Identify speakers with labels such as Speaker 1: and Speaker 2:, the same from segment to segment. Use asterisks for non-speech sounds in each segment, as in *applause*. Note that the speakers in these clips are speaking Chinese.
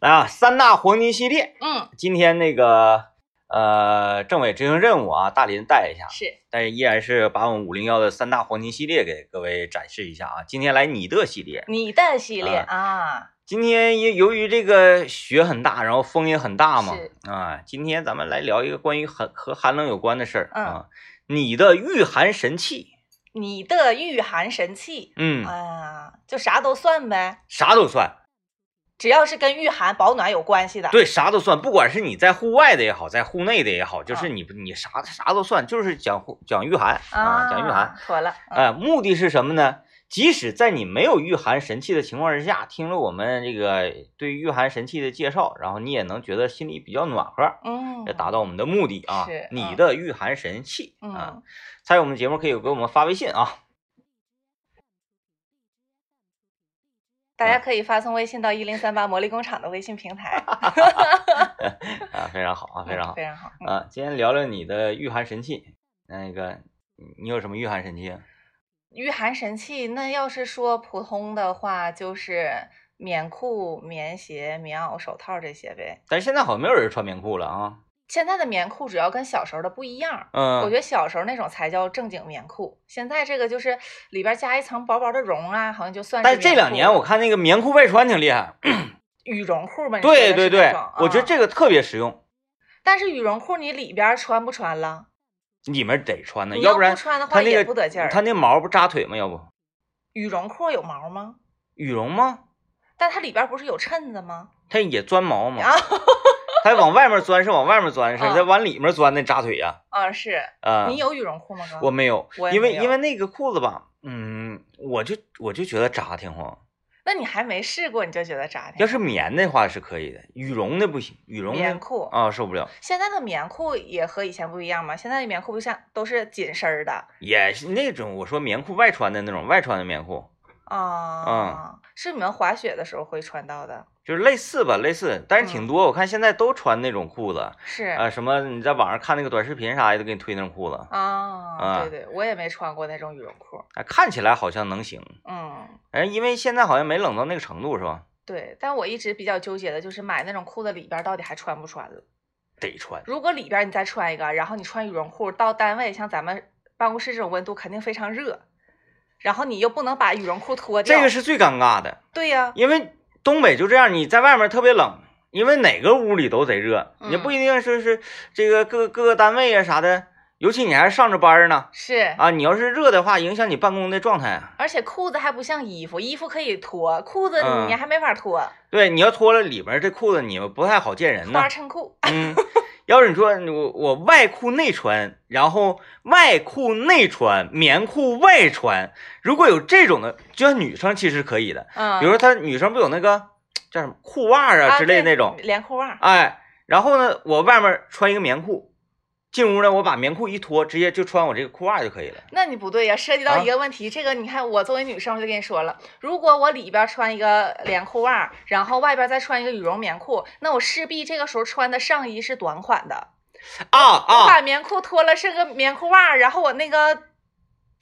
Speaker 1: 啊，三大黄金系列，
Speaker 2: 嗯，
Speaker 1: 今天那个呃，政委执行任务啊，大林带一下，
Speaker 2: 是
Speaker 1: 但是依然是把我们五零幺的三大黄金系列给各位展示一下啊。今天来你的系列，
Speaker 2: 你的系列啊，
Speaker 1: 今天也由于这个雪很大，然后风也很大嘛
Speaker 2: 是，
Speaker 1: 啊，今天咱们来聊一个关于寒和寒冷有关的事儿
Speaker 2: 嗯
Speaker 1: 啊。你的御寒神器，
Speaker 2: 你的御寒神器
Speaker 1: 嗯，
Speaker 2: 啊，就啥都算呗，
Speaker 1: 啥都算，
Speaker 2: 只要是跟御寒保暖有关系的，
Speaker 1: 对，啥都算，不管是你在户外的也好，在户内的也好，就
Speaker 2: 啊
Speaker 1: 是你不你啥啥都算，就是讲户讲御寒
Speaker 2: 啊，
Speaker 1: 讲御寒，
Speaker 2: 妥了，嗯
Speaker 1: 呃，目的是什么呢？即使在你没有御寒神器的情况之下，听了我们这个对御寒神器的介绍，然后你也能觉得心里比较暖和，
Speaker 2: 嗯，
Speaker 1: 这达到我们的目的啊。
Speaker 2: 是
Speaker 1: 你
Speaker 2: 嗯
Speaker 1: 的御寒神器啊
Speaker 2: 嗯，，
Speaker 1: 参与我们节目可以给我们发微信啊， *laughs*
Speaker 2: 大家可以发送微信到一零三八魔力工厂的微
Speaker 1: *laughs*
Speaker 2: 信平台，
Speaker 1: 啊，非常好啊，非常好
Speaker 2: 非常好，嗯
Speaker 1: 啊。今天聊聊你的御寒神器，那个你你有什么御寒神器啊？
Speaker 2: 御寒神器，那要是说普通的话，就是棉裤、棉鞋、棉袄、手套这些呗。
Speaker 1: 但是现在好像没有人穿棉裤了啊。
Speaker 2: 现在的棉裤主要跟小时候的不一样，
Speaker 1: 嗯，
Speaker 2: 我觉得小时候那种才叫正经棉裤，现在这个就是里边加一层薄薄的绒啊，好像就算是
Speaker 1: 但
Speaker 2: 棉
Speaker 1: 是
Speaker 2: 裤。
Speaker 1: 这两年我看那个棉裤外穿挺厉害，
Speaker 2: 羽绒裤嘛，你说的
Speaker 1: 对
Speaker 2: 是
Speaker 1: 对
Speaker 2: 那
Speaker 1: 对
Speaker 2: 种，
Speaker 1: 我觉得，
Speaker 2: 嗯
Speaker 1: 这个特别实用，
Speaker 2: 但是羽绒裤你里边穿不穿了？
Speaker 1: 里面得穿的，
Speaker 2: 你
Speaker 1: 不
Speaker 2: 不
Speaker 1: 然
Speaker 2: 穿的
Speaker 1: 它
Speaker 2: 话
Speaker 1: 那个
Speaker 2: 也不得劲儿。
Speaker 1: 它那毛不扎腿吗？要不
Speaker 2: 羽绒裤有毛吗？
Speaker 1: 羽绒吗？
Speaker 2: 但它里边不是有衬子吗？
Speaker 1: 它也钻毛吗？
Speaker 2: 啊
Speaker 1: 它往外面钻是往外面钻是，
Speaker 2: 嗯
Speaker 1: 它往里面钻那扎腿呀、
Speaker 2: 啊，是
Speaker 1: 啊。
Speaker 2: 你有羽绒裤吗？哥
Speaker 1: 我没有
Speaker 2: 我，也
Speaker 1: 因为
Speaker 2: 没有
Speaker 1: 因为那个裤子吧，嗯，我就我就觉得扎挺慌。
Speaker 2: 那你还没试过，你就觉得扎挺
Speaker 1: 要是棉的话是可以的，羽绒的不行，羽绒的
Speaker 2: 棉裤
Speaker 1: 啊受不了，
Speaker 2: 现在的棉裤也和以前不一样嘛，现在的棉裤不像都是紧身儿的
Speaker 1: 也是那种我说棉裤外穿的那种外穿的棉裤，
Speaker 2: 啊，是你们滑雪的时候会穿到的，
Speaker 1: 就是类似吧，类似，但是挺
Speaker 2: 嗯
Speaker 1: 多。我看现在都穿那种裤子，啊、
Speaker 2: 是
Speaker 1: 什么你在网上看那个短视频啥的，都给你推那种裤子，
Speaker 2: 啊，
Speaker 1: 啊
Speaker 2: 对对，我也没穿过那种羽绒裤，
Speaker 1: 哎，看起来好像能行，
Speaker 2: 嗯，
Speaker 1: 哎，因为现在好像没冷到那个程度，是吧？
Speaker 2: 对，但我一直比较纠结的就是买那种裤子里边到底还穿不穿了，
Speaker 1: 得穿，
Speaker 2: 如果里边你再穿一个，然后你穿羽绒裤到单位，像咱们办公室这种温度肯定非常热，然后你又不能把羽绒裤脱掉，
Speaker 1: 这个是啊最尴尬的，
Speaker 2: 对呀、
Speaker 1: 因为东北就这样，你在外面特别冷，因为哪个屋里都贼热，
Speaker 2: 嗯
Speaker 1: 也不一定说是这个各各个单位啊啥的，尤其你还上着班儿呢，
Speaker 2: 是。
Speaker 1: 啊，你要是热的话，影响你办公的状态啊。
Speaker 2: 而且裤子还不像衣服，衣服可以脱，裤子
Speaker 1: 嗯
Speaker 2: 你还没法脱，
Speaker 1: 对，你要脱了里边儿这裤子，你不太好见人呢
Speaker 2: 花。衬裤。
Speaker 1: 嗯， *laughs* 要是你说我我外裤内穿，然后外裤内穿，棉裤外穿，如果有这种的，就像女生其实可以的，
Speaker 2: 嗯，
Speaker 1: 比如说她女生不有那个叫什么裤袜啊
Speaker 2: 啊
Speaker 1: 之类的
Speaker 2: 对
Speaker 1: 那种，
Speaker 2: 连裤袜，
Speaker 1: 哎，然后呢，我外面穿一个棉裤，进屋呢，我把棉裤一脱，直接就穿我这个裤袜就可以了。
Speaker 2: 那你不对呀、涉及到一
Speaker 1: 啊
Speaker 2: 个问题，这个你看，我作为女生我就跟你说了，如果我里边穿一个连裤袜，然后外边再穿一个羽绒棉裤，那我势必这个时候穿的上衣是短款的，
Speaker 1: 啊
Speaker 2: 我
Speaker 1: 啊，
Speaker 2: 把棉裤脱了是个棉裤袜，然后我那个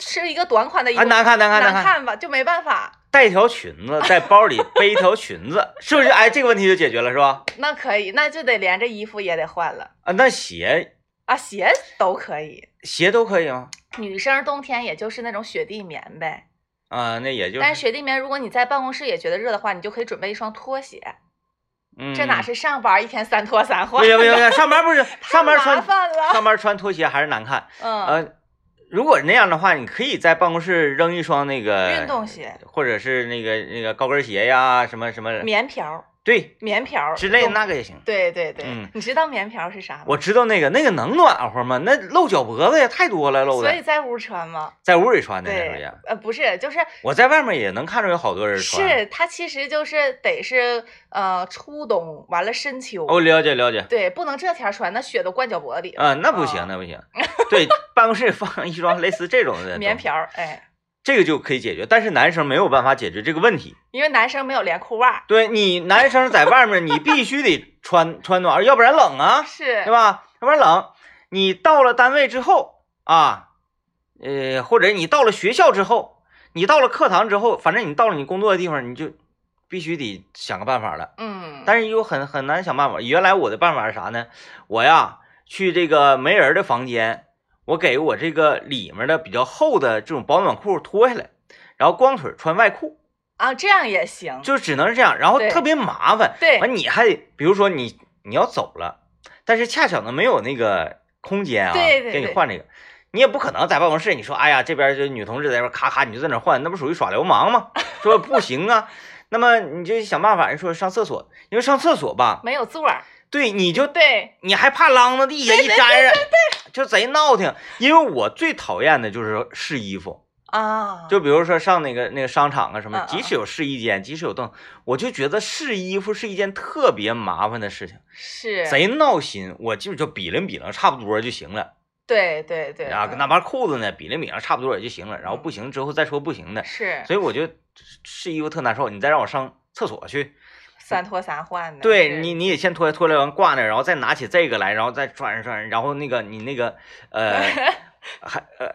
Speaker 2: 是一个短款的衣服，
Speaker 1: 啊，难看难看
Speaker 2: 难
Speaker 1: 难看，
Speaker 2: 吧，就没办法，
Speaker 1: 带条裙子，在包里背一条裙
Speaker 2: *laughs*
Speaker 1: 子，是不是？哎，这个问题就解决了，是吧？
Speaker 2: 那可以，那就得连着衣服也得换了
Speaker 1: 啊，那鞋
Speaker 2: 啊，鞋都可以。
Speaker 1: 鞋都可以啊吗？
Speaker 2: 女生冬天也就是那种雪地棉呗，
Speaker 1: 啊，那也就是，
Speaker 2: 但是雪地棉，如果你在办公室也觉得热的话，你就可以准备一双拖鞋。
Speaker 1: 嗯，
Speaker 2: 这哪是上班一天三脱三
Speaker 1: 不
Speaker 2: 换？ *laughs*
Speaker 1: 行不行不行，上班不是
Speaker 2: 太
Speaker 1: 上班
Speaker 2: 麻
Speaker 1: 穿
Speaker 2: 烦了。
Speaker 1: 上班穿拖鞋还是难看。
Speaker 2: 嗯，
Speaker 1: 呃，如果那样的话，你可以在办公室扔一双那个
Speaker 2: 运动鞋，
Speaker 1: 或者是那个那个高跟鞋呀，什么什么，
Speaker 2: 棉瓢，
Speaker 1: 对
Speaker 2: 棉瓢
Speaker 1: 之类的
Speaker 2: 用
Speaker 1: 那个也行。
Speaker 2: 对对对，
Speaker 1: 嗯
Speaker 2: 你知道棉瓢是啥吗？
Speaker 1: 我知道那个那个能暖和吗？那露脚脖子也太多了，露
Speaker 2: 所以
Speaker 1: 的
Speaker 2: 在屋穿吗？
Speaker 1: 在屋里穿的那
Speaker 2: 对
Speaker 1: 种呀。，
Speaker 2: 呃，不是，就是
Speaker 1: 我在外面也能看着有好多人穿。
Speaker 2: 是它其实就是得是呃初冬完了深秋，
Speaker 1: 哦，了解了解。
Speaker 2: 对，不能这天儿穿，那雪都灌脚脖子里了。
Speaker 1: 啊，那不行
Speaker 2: 哦，
Speaker 1: 那不
Speaker 2: *laughs*
Speaker 1: 行。对，办公室放一双类似这种的
Speaker 2: 棉
Speaker 1: 东西，
Speaker 2: 瓢，哎，
Speaker 1: 这个就可以解决。但是男生没有办法解决这个问题。
Speaker 2: 因为男生没有连裤袜，
Speaker 1: 对你男生在外面，你必须得穿穿暖，要不然冷啊，
Speaker 2: 是
Speaker 1: 对吧？要不然冷。你到了单位之后啊，呃，或者你到了学校之后，你到了课堂之后，反正你到了你工作的地方，你就必须得想个办法了。
Speaker 2: 嗯，
Speaker 1: 但是有很很难想办法。原来我的办法是啥呢？我呀去这个没人的房间，我给我这个里面的比较厚的这种保暖裤脱下来，然后光腿穿外裤，
Speaker 2: 啊，这样也行。
Speaker 1: 就只能是这样。然后
Speaker 2: 对
Speaker 1: 特别麻烦，
Speaker 2: 对
Speaker 1: 完你还比如说你你要走了，但是恰巧呢没有那个空间啊，
Speaker 2: 对对
Speaker 1: 给你
Speaker 2: 对
Speaker 1: 换这个，你也不可能在办公室你说哎呀这边就女同志在这边咔咔你就在那换，那不属于耍流氓吗？ *laughs* 说不行啊，那么你就想办法说上厕所，因为上厕所吧，
Speaker 2: 没有座儿，
Speaker 1: 对你就
Speaker 2: 对，
Speaker 1: 你还怕啷到地下一沾上， *laughs* 就贼闹挺。因为我最讨厌的就是试衣服，
Speaker 2: 啊，
Speaker 1: 就比如说上那个那个商场啊什么
Speaker 2: 嗯嗯，
Speaker 1: 即使有试衣间，即使有凳，我就觉得试衣服是一件特别麻烦的事情，
Speaker 2: 是，
Speaker 1: 贼闹心。我基本就比量比量，差不多就行了。
Speaker 2: 对对对，
Speaker 1: 然后
Speaker 2: 嗯
Speaker 1: 那帮裤子呢，比量比量，差不多也就行了。然后不行之后再说不行的，
Speaker 2: 是
Speaker 1: 所以我就试衣服特难受。你再让我上厕所去，
Speaker 2: 三脱三换的，
Speaker 1: 对
Speaker 2: 是
Speaker 1: 你你也先脱脱了完挂那儿，然后再拿起这个来，然后再穿上穿上，然后那个你那个呃
Speaker 2: *laughs*
Speaker 1: 还呃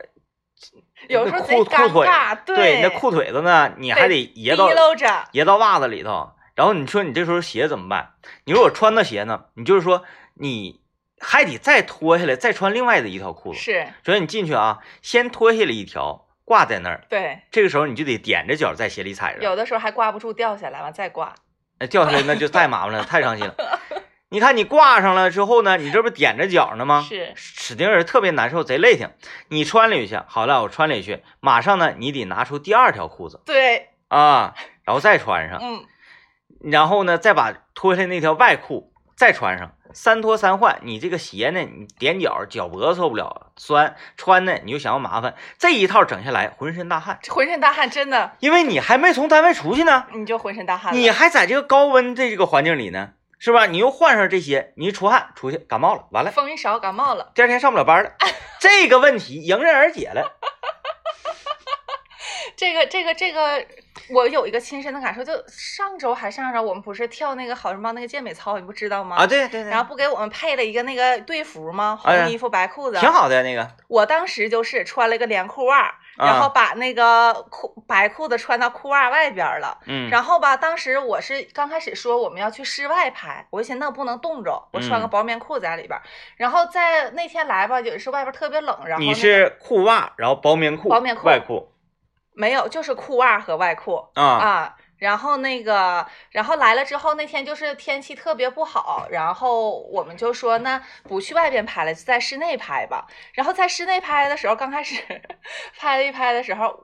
Speaker 2: 有
Speaker 1: 那
Speaker 2: 时候贼
Speaker 1: 裤
Speaker 2: 尴
Speaker 1: 裤腿
Speaker 2: 尬，
Speaker 1: 对，那裤腿子呢，你还得掖到
Speaker 2: 滴漏着，
Speaker 1: 掖到袜子里头。然后你说你这时候鞋怎么办？你说我穿的鞋呢？你就是说你还得再脱下来，再穿另外的一条裤子。
Speaker 2: 是
Speaker 1: 所以你进去啊，先脱下来一条挂在那儿，
Speaker 2: 对，
Speaker 1: 这个时候你就得踮着脚在鞋里踩着，
Speaker 2: 有的时候还挂不住，掉下来完再挂，
Speaker 1: 那掉下来那就太麻烦
Speaker 2: *laughs*
Speaker 1: 了，太伤心了。你看你挂上了之后呢，你这不踮着脚呢吗？
Speaker 2: 是
Speaker 1: 指定是特别难受，贼累挺。你穿了一下，好了，我穿了一下，马上呢，你得拿出第二条裤子
Speaker 2: 对，
Speaker 1: 啊，然后再穿上。
Speaker 2: 嗯，
Speaker 1: *laughs* 然后呢，再把脱下来那条外裤再穿上，三脱三换。你这个鞋呢，你踮脚，脚脖子受不了酸；穿呢，你又想要麻烦。这一套整下来，浑身大汗，
Speaker 2: 这浑身大汗，真的
Speaker 1: 因为你还没从单位出去呢，
Speaker 2: 你就浑身大汗了，
Speaker 1: 你还在这个高温的这个环境里呢，是吧？你又换上这些，你一出汗出去感冒了，完了
Speaker 2: 风一少感冒了。
Speaker 1: 第二天上不了
Speaker 2: *laughs*
Speaker 1: 班了，这个问题迎刃而解了。
Speaker 2: 这个这个这个，我有一个亲身的感受，就上周还上上周，我们不是跳那个好人帮那个健美操，你不知道吗？
Speaker 1: 啊，对对对，
Speaker 2: 然后不给我们配了一个那个队服吗？
Speaker 1: 哎
Speaker 2: 红衣服白裤子，
Speaker 1: 挺好的那个，
Speaker 2: 我当时就是穿了一个连裤袜儿，然后
Speaker 1: 啊
Speaker 2: 把那个裤白裤子穿到裤袜外边儿了。
Speaker 1: 嗯，
Speaker 2: 然后吧，当时我是刚开始说我们要去室外拍，我就寻思那不能冻着，我穿个
Speaker 1: 嗯
Speaker 2: 薄棉裤在里边儿。然后在那天来吧，也是外边儿特别冷，然后
Speaker 1: 你
Speaker 2: 那
Speaker 1: 是裤袜，然后薄棉裤、
Speaker 2: 薄棉裤
Speaker 1: 外裤
Speaker 2: 没有，就是裤袜和外裤。
Speaker 1: 啊，
Speaker 2: 啊，然后那个，然后来了之后，那天就是天气特别不好，然后我们就说那不去外边拍了，就在室内拍吧。然后在室内拍的时候，刚开始 *laughs* 拍一拍的时候。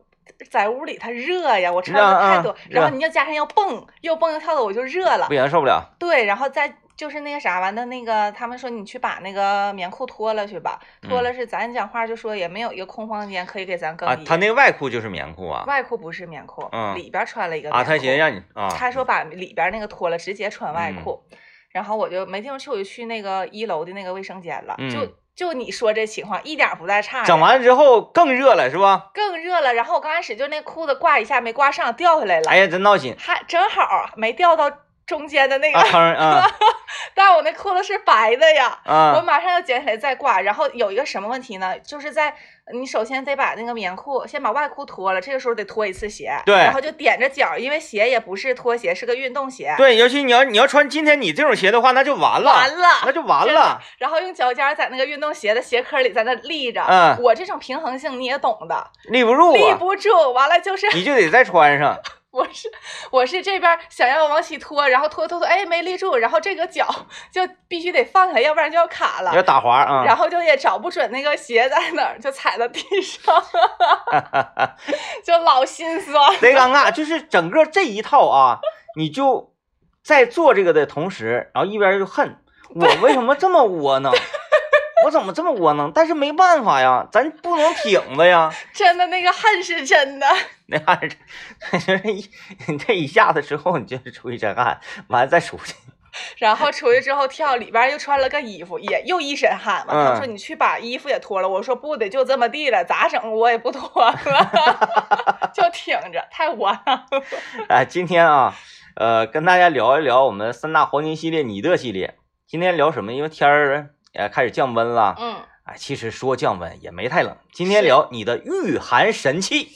Speaker 2: 在屋里它热呀，我穿的
Speaker 1: 热
Speaker 2: 太
Speaker 1: 啊
Speaker 2: 多，然后
Speaker 1: 热
Speaker 2: 你要加上要蹦，又蹦又跳的，我就热了
Speaker 1: 不。行，受不了。
Speaker 2: 对，然后再就是那个啥完的，那个他们说你去把那个棉裤脱了去吧，脱
Speaker 1: 嗯
Speaker 2: 了是咱讲话就说也没有一个空房间可以给咱更
Speaker 1: 啊，
Speaker 2: 衣。
Speaker 1: 他那个外裤就是棉裤啊，
Speaker 2: 外裤不是棉裤，
Speaker 1: 嗯
Speaker 2: 里边穿了一个
Speaker 1: 啊，
Speaker 2: 棉
Speaker 1: 他
Speaker 2: 裤
Speaker 1: 寻思让你啊，嗯
Speaker 2: 他说把里边那个脱了，直接穿外裤。然后我就没地方去，我就去那个一楼的那个卫生间了。
Speaker 1: 嗯
Speaker 2: 就就你说这情况，一点儿不带差的。
Speaker 1: 整完了之后更热了是吧？
Speaker 2: 更热了。然后我刚开始就那裤子挂一下没挂上，掉下来了，
Speaker 1: 哎呀，真闹心
Speaker 2: 还正好没掉到中间的那个。
Speaker 1: 啊，坑儿啊
Speaker 2: *laughs* 但我那裤子是白的呀，我
Speaker 1: 啊
Speaker 2: 马上要捡起来再挂。然后有一个什么问题呢？就是在你首先得把那个棉裤先把外裤脱了，这个时候得脱一次鞋，
Speaker 1: 对
Speaker 2: 然后就踮着脚，因为鞋也不是拖鞋，是个运动鞋。
Speaker 1: 对，尤其你要你要穿今天你这种鞋的话，那就完了，
Speaker 2: 完了，
Speaker 1: 那就完
Speaker 2: 真的
Speaker 1: 了。
Speaker 2: 然后用脚尖儿在那个运动鞋的鞋壳里在那立着。
Speaker 1: 嗯
Speaker 2: 我这种平衡性你也懂的，
Speaker 1: 立不住
Speaker 2: 立
Speaker 1: 啊，
Speaker 2: 不住。完了就是 *laughs*
Speaker 1: 你就得再穿上。
Speaker 2: 我是我是这边儿想要往起拖，然后拖拖拖，哎没立住，然后这个脚就必须得放下来，要不然就要卡了。
Speaker 1: 要打滑啊
Speaker 2: 然，后就也找不准那个鞋在哪儿，就踩到地上， *laughs* 就老心酸。
Speaker 1: 贼尴尬。就是整个这一套啊，你就在做这个的同时，然后一边就恨我为什么这么窝
Speaker 2: *laughs*
Speaker 1: 囊，我怎么这么窝囊？但是没办法呀，咱不能挺着呀。 *laughs*
Speaker 2: 真的，那个恨是真的。
Speaker 1: 那样儿，就是 *laughs* 一你这一下子之后，你就是出一身汗，完了再出去。 *laughs*
Speaker 2: 然后出去之后跳，里边又穿了个衣服，也又一身汗嘛。
Speaker 1: 嗯
Speaker 2: 他们说你去把衣服也脱了，我说不得，就这么地了，咋整？我也不脱了， *laughs* 就挺着，太窝囊了。
Speaker 1: 哎，今天啊，呃，跟大家聊一聊我们三大黄金系列、你的系列。今天聊什么？因为天儿呃开始降温了，
Speaker 2: 嗯，
Speaker 1: 哎，其实说降温也没太冷。今天聊你的御寒神器。